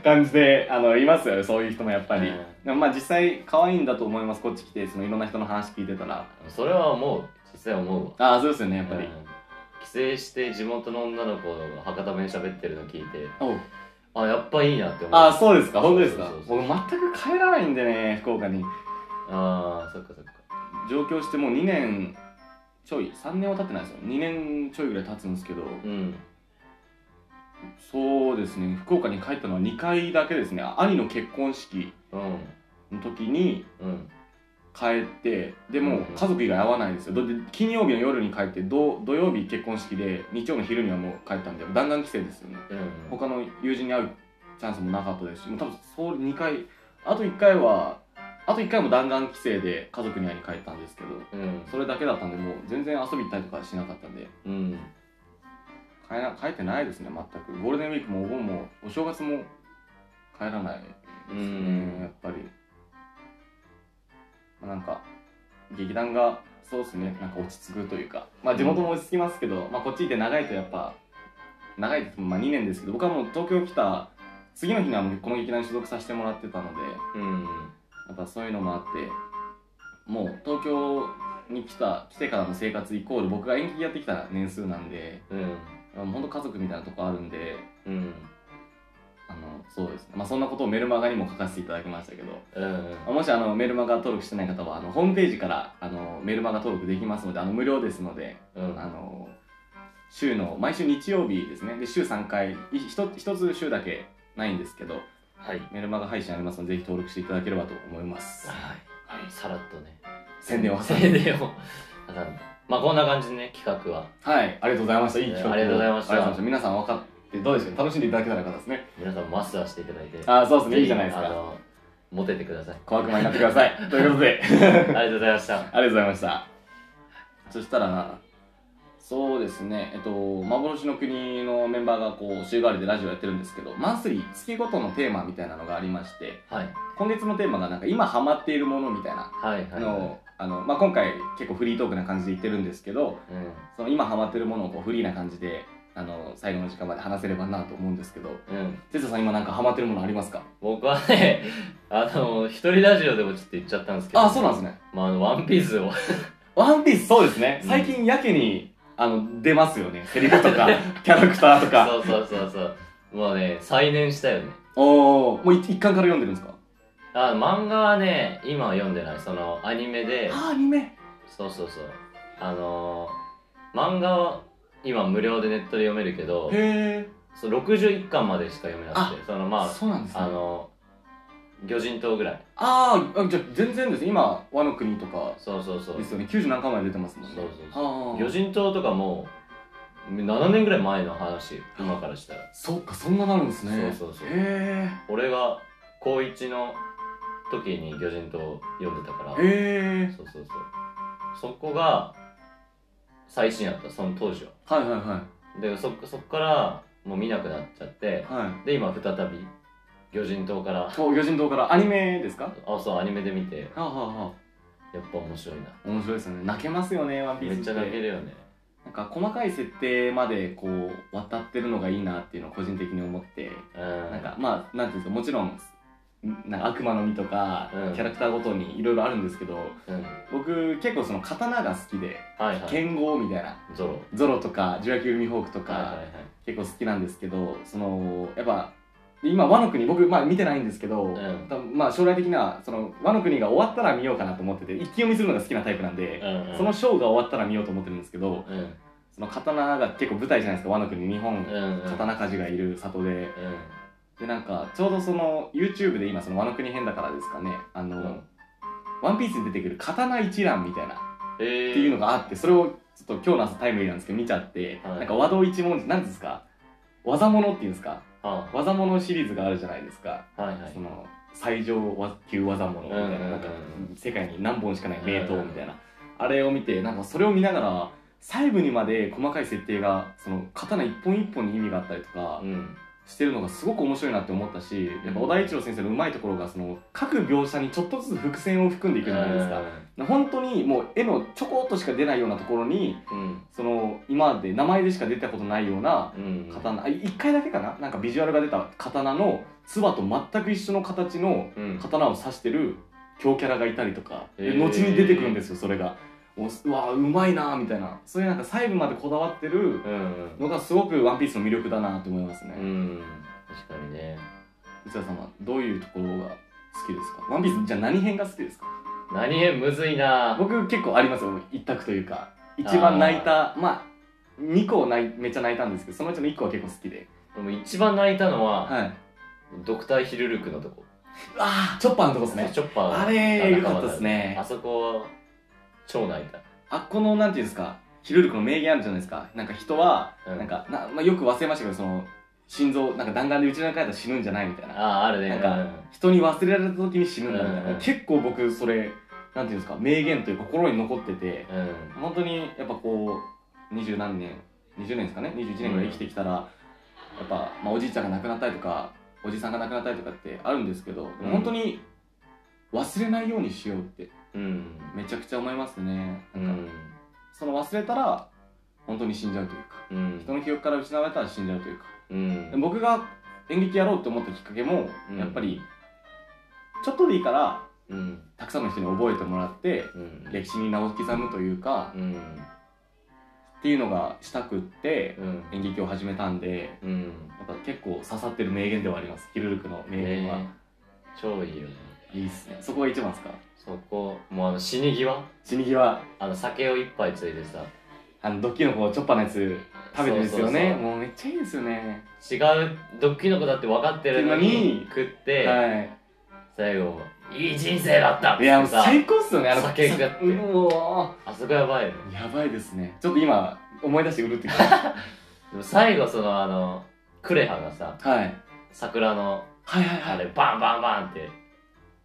感じであのいますよねそういう人もやっぱり、
うん
でもまあ実際可愛いんだと思いますこっち来てそのいろんな人の話聞いてたら
それは思う実際思うわ
ああそうですよねやっぱり
う、ん帰省して地元の女の子が博多弁喋ってるの聞いて
おう
あやっぱいいなって思う
ああそうですか本当ですか
そうそうそう
僕全く帰らないんでね福岡に
ああそっかそっか
上京してもう2年ちょい3年は経ってないですよ2年ちょいぐらい経つんですけど
うん
そうですね福岡に帰ったのは2回だけですね兄の結婚式
うん
の時に
うん
帰ってでもう家族以外会わないんですよだって金曜日の夜に帰って土土曜日結婚式で日曜の昼にはもう帰ったんで弾丸帰省ですよね
うん
他の友人に会うチャンスもなかったですしもう多分そう2回あと1回はあと1回も弾丸帰省で家族に会いに帰ったんですけど
うん
それだけだったんでもう全然遊び行ったりとかしなかったんで
うん
帰ら帰ってないですね全くゴールデンウィークもお盆もお正月も帰らない
うんう
うんやっ
ん
ぱり、まあなんか劇団がそうですねなんか落ち着くというかまあ地元も落ち着きますけど、まあこっちいて長いとやっぱ長いですまあ2年ですけど僕はもう東京来た次の日にはもうこの劇団に所属させてもらってたのでやっぱそういうのもあってもう東京に来た来てからの生活イコール僕が演劇やってきた年数なんで
うん
本当家族みたいなとこあるんで
うん
あのそうですねまあそんなことをメルマガにも書かせていただきましたけど
うん
もしあのメルマガ登録してない方はあのホームページからあのメルマガ登録できますのであの無料ですので
うん
あの週の毎週日曜日ですねで週3回いひと一つ週だけないんですけど
はい
メルマガ配信ありますのでぜひ登録していただければと思います
はいさらっとね
宣伝を挟んで
宣伝を挟んでまあこんな感じでね企画は
はいありがとうございましたいい企画を
ありがとうございました
ありがとうございました皆さん分かってどうでしょう楽しんでいただけたらよかったですね
皆さんもマスターしていただいて
ああそうですねいいじゃないです
あ
か
のモテてください
小悪魔になってくださいということで
ありがとうございました
ありがとうございました。そしたら、そうですね、えっと、幻の国のメンバーがこう週替わりでラジオやってるんですけど、マンスリー、月ごとのテーマみたいなのがありまして、
はい
今月のテーマがなんか今ハマっているものみたいな
はいはい
のを、
は
あのまあ、今回結構フリートークな感じで言ってるんですけど、
いうん
その今ハマってるものをこうフリーな感じで、あの最後の時間まで話せればなと思うんですけど、
うん、
哲也さん今なんかハマってるものありますか
僕はね、 あの、一人ラジオでもちょっと言っちゃったんですけど、
あ、そうなんですね。
まあ、あの、ワンピースを、
ワンピースそうですね
うん
最近やけに、あの出ますよねセリフと かキャラクターとか
そうそうそうそう、もうね、再燃したよね。
おおもう一一巻から読んでるんですか
あ、漫画はね、今は読んでない、その、アニメで、
あアニメ
そうそうそう、あのー、漫画は今無料でネットで読めるけど
へ、え
その61巻までしか読めなくて、その、ま
そうなんですね
あ、あの、魚人島ぐらい。
あーあじゃあ全然ですね今和の国とか
そうそうそう
で。すよね90何巻まで出てますもんね
そうそうそ
あ
魚
あ
人島とかも、7年ぐらい前の話、今からしたら。
そっかそんななるんですね
そうそうそう
へ
俺が高1の時に魚人島を読んでたから
えへえ
そうそうそうそこが最新やったその当時は
はいはいは
でそっそっからもう見なくなっちゃって
いはい
で今再び魚人島から
お魚人島からアニメですか
あそうアニメで見てやっ
はあはあはあ
ぱ面白いな
面白いですよね泣けますよねワンピー
め
ス
っちゃ泣けるよね
なんか細かい設定までこう渡ってるのがいいなっていうのを個人的に思って
うん
なんかまあなんていうんですかもちろんなんか悪魔の実とか、
うん
キャラクターごとにいろいろあるんですけど
うん
僕結構その刀が好きで
はいはい
剣豪みたいな
ゾロ
ゾロとかジュラキューミホークとか、
はいはい
結構好きなんですけどそのやっぱ今ワノ国僕まあ見てないんですけど、
ん
多分まあ将来的にはそのワノ国が終わったら見ようかなと思ってて一気読みするのが好きなタイプなんで、
はいうんうん
そのショーが終わったら見ようと思ってるんですけど
うん
その刀が結構舞台じゃないですかワノ国日本、
うんうん
刀鍛冶がいる里で
うん
でなんかちょうどその YouTube で今そのワノ国編だからですかねあの、
うん
ワンピースに出てくる刀一覧みたいな
えー
っていうのがあってそれをちょっと今日の朝タイムリーなんですけど見ちゃって、
はい
なんか和道一文字なんですか技物っていうんですか
は
技物シリーズがあるじゃないですか、
あはいはい
その最上級技物みたいな,、
うんうんうん
なんか世界に何本しかない名刀みたいな、あれを見てなんかそれを見ながら細部にまで細かい設定がその刀一本一本に意味があったりとか
うん
してるのがすごく面白いなって思ったし、やっぱ小田一郎先生のうまいところがその各描写にちょっとずつ伏線を含んでいくじゃないですか、本当にもう絵のちょこっとしか出ないようなところに
うん
その今まで名前でしか出たことないような
うん
刀、あ一回だけかななんかビジュアルが出た刀の唾と全く一緒の形の
うん
刀を刺してる強キャラがいたりとか、で
へー
後に出てくるんですよそれがもううわうまいなみたいなそういうなんか細部までこだわってる
うん
のがすごく「ワンピースの魅力だなと思います
う
ね
ん確かにね
内田さんはどういうところが好きですか「ワンピースじゃあ何編が好きですか
何へむずいな
僕結構ありますよ一択というか一番泣いたまあ2個泣いめっちゃ泣いたんですけどそのうちの1個は結構好きで
でも一番泣いたのは
はい
ドクターヒルルクのとこ
ああチョッパーのとこですね
チョッパー
あれよかったです
あ
ね
そこ超泣いた
あっこのなんていうんですかヒルルクの名言あるじゃないですかなんか人は、
うん
なんかな、まあ、よく忘れましたけどその心臓なんか弾丸で撃ち抜かれたら死ぬんじゃないみたいな
あああるね
なんか人に忘れられた時に死ぬんだみたいな、
うん
結構僕それなんていうんですか名言というか心に残ってて、
うんうん
本当にやっぱこう二十何年20年ですかね21年ぐらい生きてきたら、やっぱ、まあ、おじいちゃんが亡くなったりとかおじさんが亡くなったりとかってあるんですけど、
うん
本当に忘れないようにしようって
うん
めちゃくちゃ思いますね
う
なんか、
ん
その忘れたら本当に死んじゃうというか
うん
人の記憶から失われたら死んじゃうというか
うん
僕が演劇やろうって思ったきっかけも、
うん
やっぱりちょっとでいいから
うん
たくさんの人に覚えてもらって
うん
歴史に名を刻むというか、
うん
っていうのがしたくって
うん
演劇を始めたんで
うん
やっぱ結構刺さってる名言ではありますヒルルクの名言は、
ね超いいよね
いいっすねそこが一番ですか
そこもうあの死に際
死に際
あの酒を一杯ついでさ
あのドッキリのこうチョッパーのやつ食べてるんですよね
そうそうそう
もうめっちゃいいですよね
違うドッキリの子だって分かってるのに食って、
は
最後いい人生だったっつっ
い
て
いやもう
さ
最高っすよねあの
酒がって
うわ
あそこやばいよね
ーやばいですねちょっと今思い出してうるってきた
でも最後そのあのクレハがさ
はい
桜の
はいはい
あ
は
れ
い
バンバンバンって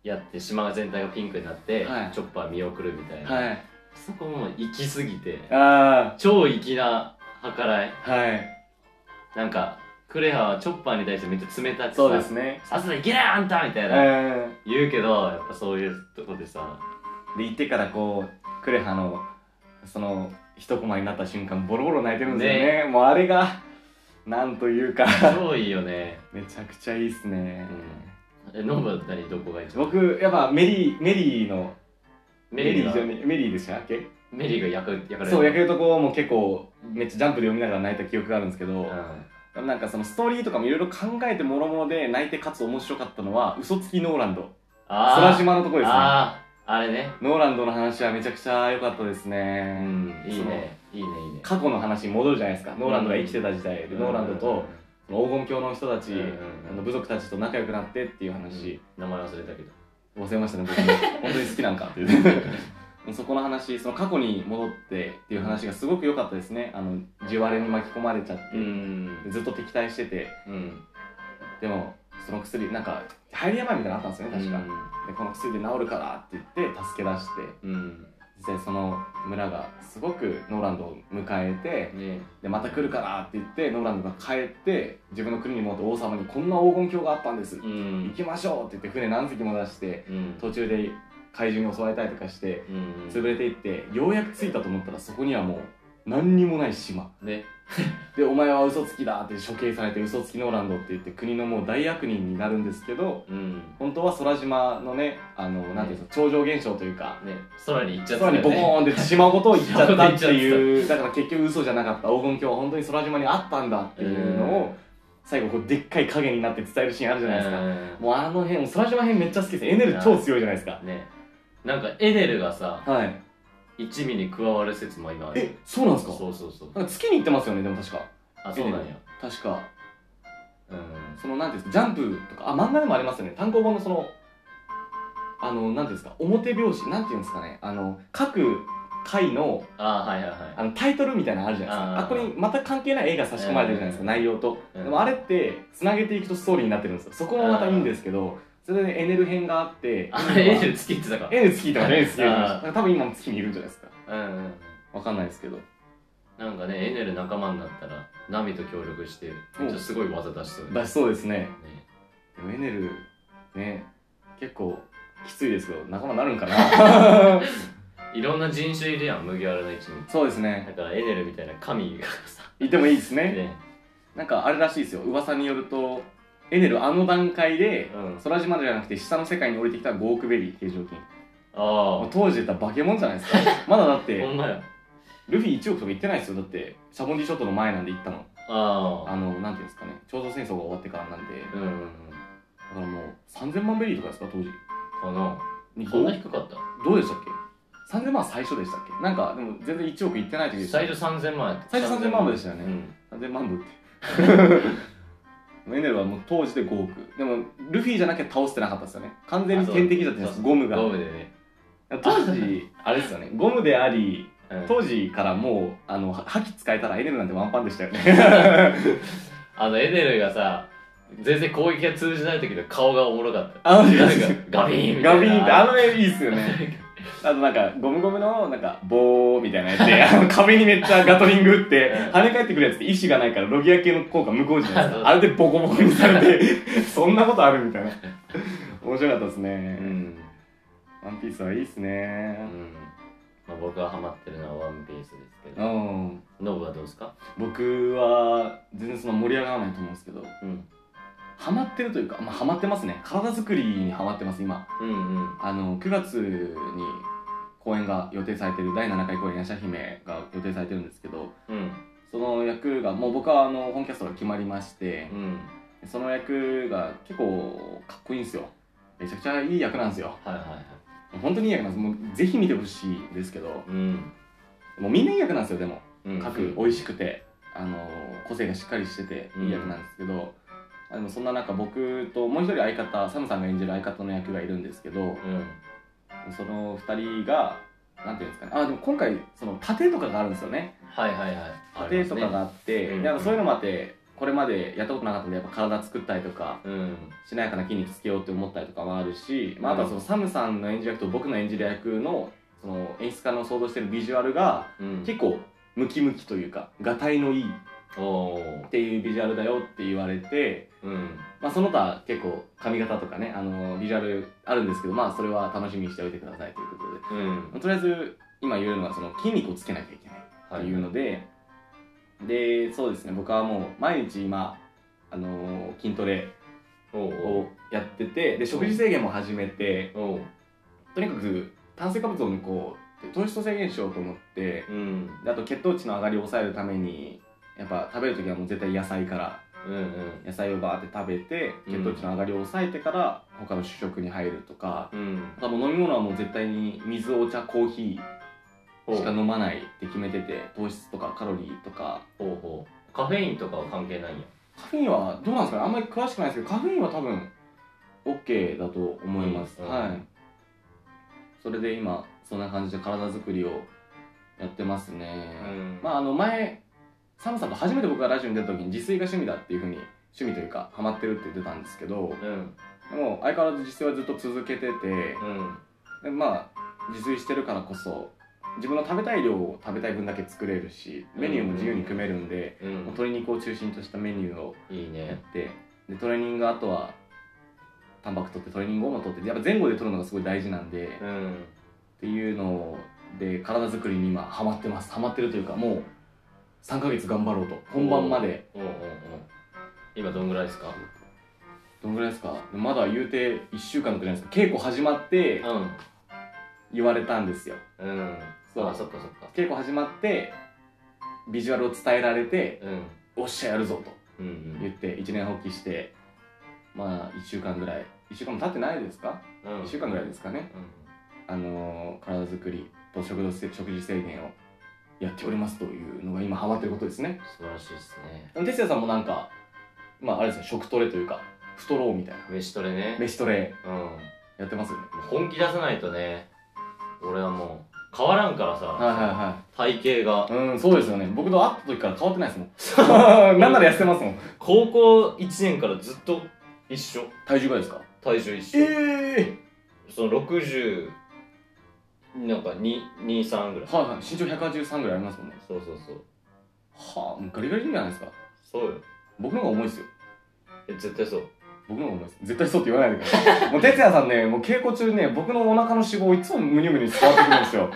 やって島が全体がピンクになって、
はい
チョッパー見送るみたいな、
はい
そこも行き過ぎて
あ
超粋な計らい
あはい
なんかクレハはチョッパーに対してめっちゃ冷たくて
そうで
さ
すね
さすがいけないあんたみたいな、
うん
言うけどやっぱそういうとこでさ
で行ってからこうクレハのその一コマになった瞬間ボロボロ泣いてるんですよねもうあれがなんというか
超いいよね
めちゃくちゃいいっすね、
えノブ何どこが一番
僕やっぱメリーメリーの
メリーが
じゃねメリーでしたっけ
メリーが焼か焼かれる
そう焼けるとこも結構めっちゃジャンプで読みながら泣いた記憶があるんですけど、
う
なんかそのストーリーとかもいろいろ考えてもろもろで泣いてかつ面白かったのは嘘つきノーランド
あー
空島のとこですね
あーあれね
ノーランドの話はめちゃくちゃ良かったです
う
ね、
んいいねいいねいいね
過去の話に戻るじゃないですかノーランドが生きてた時代で、ノーランドとその黄金教の人たち、
うんうんうん
あの部族たちと仲良くなってっていう
うん
話、
名前忘れたけど
忘れましたね僕 も本当に好きなんかっていうそこの話その過去に戻ってっていう話がすごく良かったですねあの地割れに巻き込まれちゃって、
ん
ずっと敵対してて
うん
でもその薬なんか入り病みたいなのあったんですよね確か、
か
でこの薬で治るからって言って助け出して
うん
実際その村がすごくノーランドを迎えて、
ね
でまた来るからって言ってノーランドが帰って自分の国に戻って王様にこんな黄金鏡があったんです、
う
行
ん
きましょうって言って船何隻も出して
うん
途中で怪獣に襲われたりとかして
うん
潰れていってようやく着いたと思ったらそこにはもう何にもない島
ね
でお前は嘘つきだって処刑されて嘘つきノーランドって言って国のもう大悪人になるんですけど
うん
本当は空島のねあのなんていうんですか頂上現象というか
ね空に行っちゃった
空にボコーンって島ごと行っちゃったって いう
島
だから結局嘘じゃなかった黄金鏡は本当に空島にあったんだっていうのを最後こうでっかい影になって伝えるシーンあるじゃないですか、もうあの辺空島編めっちゃ好きですエネル超強いじゃないですか
うんねなんかエネルがさ
はい
一味に加わる説も今ある
えそうなんですか
そうそうそう
なんか月に行ってますよねでも確か
あそうなんや
確か
うん
そのなんていうんですかジャンプとかあ漫画でもありますよね単行本のそのあのなんていうんですか表表紙なんていうんですかねあの各回の
あはいはい
あ
は
のタイトルみたいなのあるじゃないですか
あー
あここにまた関係ない絵が差し込まれてるじゃないですか、
うん
内容と、
うん
でもあれってつなげていくとストーリーになってるんですよそこもまたいいんですけどそれでエネル編があって
いあれエネ
ル
ル月ってたか
エネル月とかねエネル月いる
あー
だから多分今も月にいるんじゃないですか
うんうん
わかんないですけど
なんかねエネル仲間になったらナミと協力してめっちゃすごい技出してるね
出しそうですねでもエネルね結構きついですけど仲間になるんか な
いろんな人種いるやん麦わらの一味
そうです
だ
ね
からエネルみたいな神がさ
いてもいいですね
ね
なんかあれらしいですよ噂によるとエネルあの段階で
うん
空島じゃなくて下の世界に降りてきた5億ベリー平常金もう
あ
当時だったら化け物じゃないですかまだだっ
あほん
て
まや
ルフィ1億とか行ってないですよだってシャボンディ諸島の前なんで行ったの
あ
あ
あ
のなんていうんですかね朝鮮戦争が終わってからなんで
うんうんうん
だからもう3000万ベリーとかですか当時
かな
に
そんな低かった
どうでしたっけ3000万最初でしたっけなんかでも全然1億いってない時でした
最初3000万やった
最初3000万部でしたよね
うん
3000万部ってエネルはもう当時で5億でもルフィじゃなきゃ倒してなかったですよね完全に天敵だったんで
そう
す
そう
ゴムが
ゴムでね
当時あれですよねゴムであり
うん
当時からもうあのは覇気使えたらエネルなんてワンパンでしたよね
あのエネルがさ全然攻撃が通じない時の顔がおもろかった
あの
なんかガビーンみた
ガ
いな
ビーンってあの絵いいっすよね あとなんかゴムゴムのなんか棒みたいなやつであの壁にめっちゃガトリング打って
うん
跳ね返ってくるやつって意志がないからロギア系の効果無効じゃないですか
あ
あれでボコボコにされ てそんなことあるみたいな面白かったです
う
ね、
ん
ワンピースはいいっす
う
ね
んまあ僕がハマってるのはワンピースですけ
う
ど
ん
ノブはどうですか
僕は全然その盛り上がらないと思うんですけど
うん
ハマってるというかまあハマってますね体作りにハマってます今
うんうん
あの9月に公演が予定されてる第7回公演「夜叉姫」が予定されてるんですけど
うん
その役がもう僕はあの本キャストが決まりまして
うん
その役が結構かっこいいんですよめちゃくちゃいい役なんですよ
はいはいはい
本当にいい役なんですもうぜひ見てほしいですけど
うん
もうみんないい役なんですよでも
うん
各美味しくてあの個性がしっかりしてていい役なんですけど、あでもそんな中僕ともう一人相方サムさんが演じる相方の役がいるんですけど、
うん
その2人がなんていうんですかねあでも今回その盾とかがあるんですよね
はいはいはい
盾とかがあって
うん
なんかそういうのもあってこれまでやったことなかったんでやっぱ体作ったりとか
うん
しなやかな筋肉つけようって思ったりとかもあるし、まあ、あとはそのサムさんの演じる役と僕の演じる役のその演出家の想像してるビジュアルが
うん
結構ムキムキというかがたいのいいっ
おー
ていうビジュアルだよって言われて
うん
まあ、その他結構髪型とかねあのビジュアルあるんですけどまあそれは楽しみにしておいてくださいということで
うん
とりあえず今言えるのはその筋肉をつけなきゃいけないっていうので、でそうですね僕はもう毎日今、あのー筋トレ
おうおう
をやっててで食事制限も始めて
おう
とにかく炭水化物を抜こうって糖質を制限しようと思って
うん
であと血糖値の上がりを抑えるためにやっぱ食べる時はもう絶対野菜から
うんうん
野菜をバーって食べて
う
血
ん
糖値の上がりを抑えてから他の主食に入るとか、
うん
あとはもう飲み物はもう絶対に水お茶コーヒー
おう
しか飲まないって決めてて糖質とかカロリーとか
ほうほうカフェインとかは関係ないんや
カフェインはどうなんですかねあんまり詳しくないですけどカフェインは多分 OK だと思います、
うん
はいそれで今そんな感じで体作りをやってますね、
ん
まああの前サムさんと初めて僕がラジオに出た時に自炊が趣味だっていうふうに趣味というかハマってるって言ってたんですけど
うん
でも相変わらず自炊はずっと続けてて、
うん
でまあ自炊してるからこそ自分の食べたい量を食べたい分だけ作れるしメニューも自由に組めるんで、
う
もうん鶏肉を中心としたメニューを
いい
やっ
ね
てでトレーニングあとはタンパク取ってトレーニング後も取ってやっぱ前後で取るのがすごい大事なんで、っ
うん
ていうので体作りに今ハマってますハマってるというかもう3ヶ月頑張ろうと本番まで
うんうんうん今どんぐらいですか
どのぐらいですかまだ言うて1週間とかじゃないですか稽古始まって
う
言われたんですよ
んうん
そう
あそっかそっか
稽古始まってビジュアルを伝えられて
うん
おっしゃやるぞと
うんうん
言って一年放棄してまあ1週間ぐらい1週間も経ってないですか、
うん
1週間ぐらいですかね
う
あのー体作りと食事制食事制限をやっておりますというのが今ハマってることですね
ん素晴らしいですね
哲也さんもなんかまああれですね食トレというか太ろうみたいな
飯トレね
飯トレ
うんも
やってますよね
う本気出さないとね俺はもう変わらんからさ、
はいは
体型が
いはいうんそうですよね僕と会った時から変わってないですもん なんなら痩せてますもん
高校1年からずっと一緒
体重がですか
体重一緒、
え
その60なんか23ぐらい
はいはい身長183ぐらいありますもんね
そうそうそう
はあもうガリガリじゃないですか
そうよ
僕の方が重いですよ
え絶対そう
僕の方が重いです絶対そうって言わないでくださいもう哲也さんねもう稽古中ね僕のお腹の脂肪いつもムニムニ伝わってくるんですよ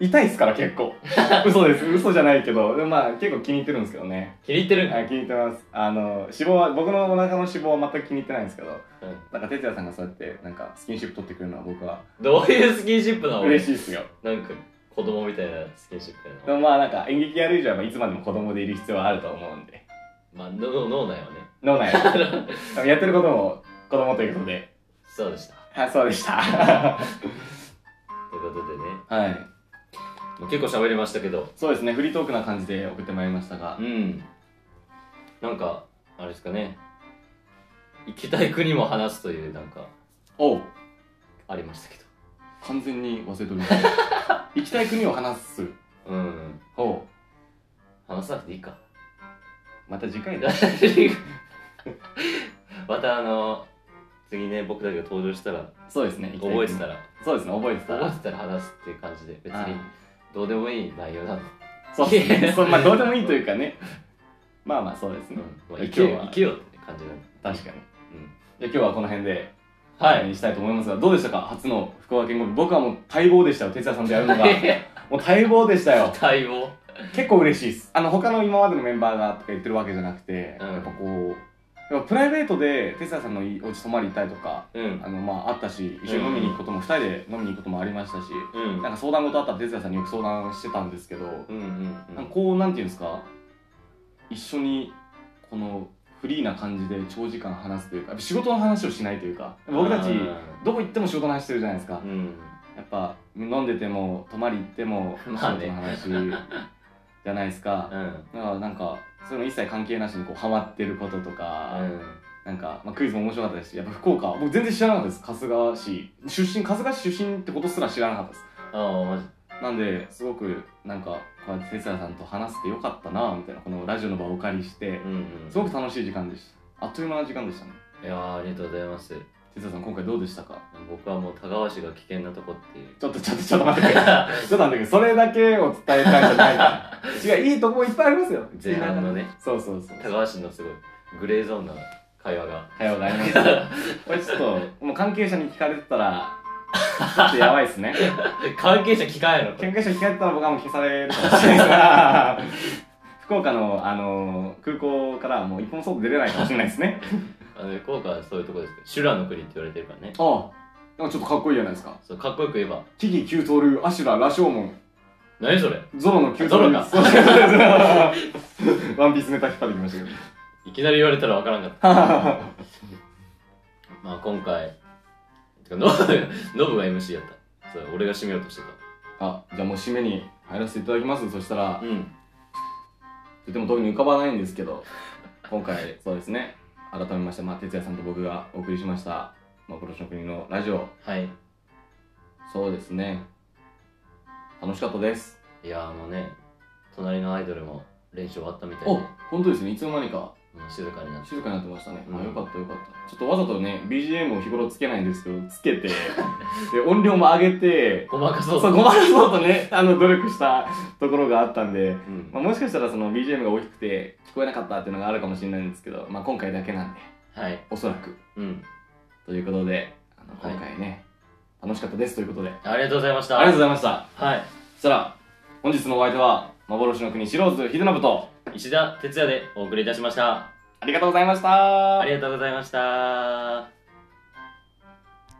痛いっすから結構嘘です嘘じゃないけどでもまあ結構気に入ってるんですけどね
気に入ってるんだ、
はい気に入ってますあの脂肪は僕のお腹の脂肪は全く気に入ってないんですけど
うん
なんか哲也さんがそうやってなんかスキンシップ取ってくるのは僕は
どういうスキンシップなの
嬉しいっすよ
なんか子供みたいなスキンシップや
で
な
もまあなんか演劇やる以上はやっぱいつまでも子供でいる必要はあると思うんで
まあ脳脳内はね
脳 内はでもやってることも子供ということで
そうでした
はいそうでした は
ということでね
い
もう結構喋りましたけど
そうですね、フリートークな感じで送ってまいりましたが
う、んなんかあれですかね行きたい国も話すというなんか
おう
ありましたけど
完全に忘れておりま した。行きたい国を話す。
うん
おう
話さなくていいか
また次回だ。
またあの次ね僕だけが登場したら
そうですね、行き
覚えて
たい
たら
国。そうですね、覚えてた
覚え
ら。
てたら話すっていう感じで別
は
に
い
どうでもいい内容なの
そうです
い
ね
や。
そうまあ、どうでもいいというかね。まあまあ、そうですね。
ま
今
あ行
日
けよ
は
行けよって感じなの
確かに。
うん
じゃあ今日はこの辺で、
は
終わり
い
にしたいと思いますが、どうでしたか初の福岡県語僕はもう待望でしたよ、哲也さんとやるのが。もう待望でしたよ。
対応
結構嬉しいですあの他の今までのメンバーがとか言ってるわけじゃなくて、
うん
やっぱこうやっぱプライベートで哲也さんのいお家泊まり行ったりとか
うん
あのまああったし一緒に飲みに行くことも、二人で飲みに行くこともありましたし
うん
なんか相談事あったら哲也さんによく相談してたんですけど、
うんうんう
なん
ん
かこうなんていうんですか一緒にこのフリーな感じで長時間話すというかやっぱ仕事の話をしないというか僕たち
う
どこ行っても仕事の話してるじゃないですか、
ん
やっぱ飲んでても泊まり行っても仕
まあ
事
ね
の話じゃないですか、
うん
だからなんかそういうの一切関係なしにこうハマってることとか、なんか、まあ、クイズも面白かったですしやっぱ福岡僕全然知らなかったです春日市出身春日市出身ってことすら知らなかったです
ああマジ
なんですごくなんかこうやって哲也さんと話せてよかったなみたいなこのラジオの場をお借りして
うんうん
すごく楽しい時間でしたあっという間な時間でしたね
いやーありがとうございます
哲也さん今回どうでしたか
僕はもう田川市が危険なとこっていう
ちょっとちょっとちょっと待ってくださいちょっと待ってくださいそれだけを伝えたんじゃないから違ういいとこもいっぱいありますよ
前半 のね
そうそうそう
田川市のすごいグレーゾーンな会話が
さようなら。これちょっと、もう関係者に聞かれてたら、ちょっとやばいですね。
関係者聞かんやろこれ
関係者に聞かれてたら僕はもう消されるかもしれないですが、福岡の、あの空港からはもう一歩も外出れないかもしれないですね。
あの福岡はそういうとこですけど修羅の国って言われてるからね
ああ、なんかちょっとかっこいいじゃないですか。
そうかっこよく言えば
木々九刀流、アシュラ、羅生門、
何それ
ゾロの九刀流。
ゾロか
そうそうそうワンピースネタ引っ張ってきましたけど。
いきなり言われたらわからんかった
は
まあ今回てかノブ ノブが MC やったそう俺が締めようとして
あ、じゃあもう締めに入らせていただきます。そしたら
た、うん
とても特に浮かばないんですけど今回そうですね改めまして、まあ、哲也さんと僕がお送りしました「まあ、プロの国」のラジオ
はい
そうですね楽しかったです
いやーもうね隣のアイドルも練習終わったみたいで
お本当ですねいつの間にか
うん静かになって
静かになってましたね、
うん
あよかったよかったちょっとわざとね BGM を日頃つけないんですけどつけて で音量も上げて
ごまかそ
そう
と
うごまかそうとねあの努力したところがあったんで、
うん
まあ、もしかしたらその BGM が大きくて聞こえなかったっていうのがあるかもしれないんですけど、まあ、今回だけなんで
はい
おそらく
うん
ということで、あの
はい
今回ね、楽しかったですということで、あり
ありがとうございました
がとうございました。
はい
そしたら、本日のお相手は、幻の国白津秀信と
石田哲也でお送りいたしました
ありがとうございました
ありがとうございました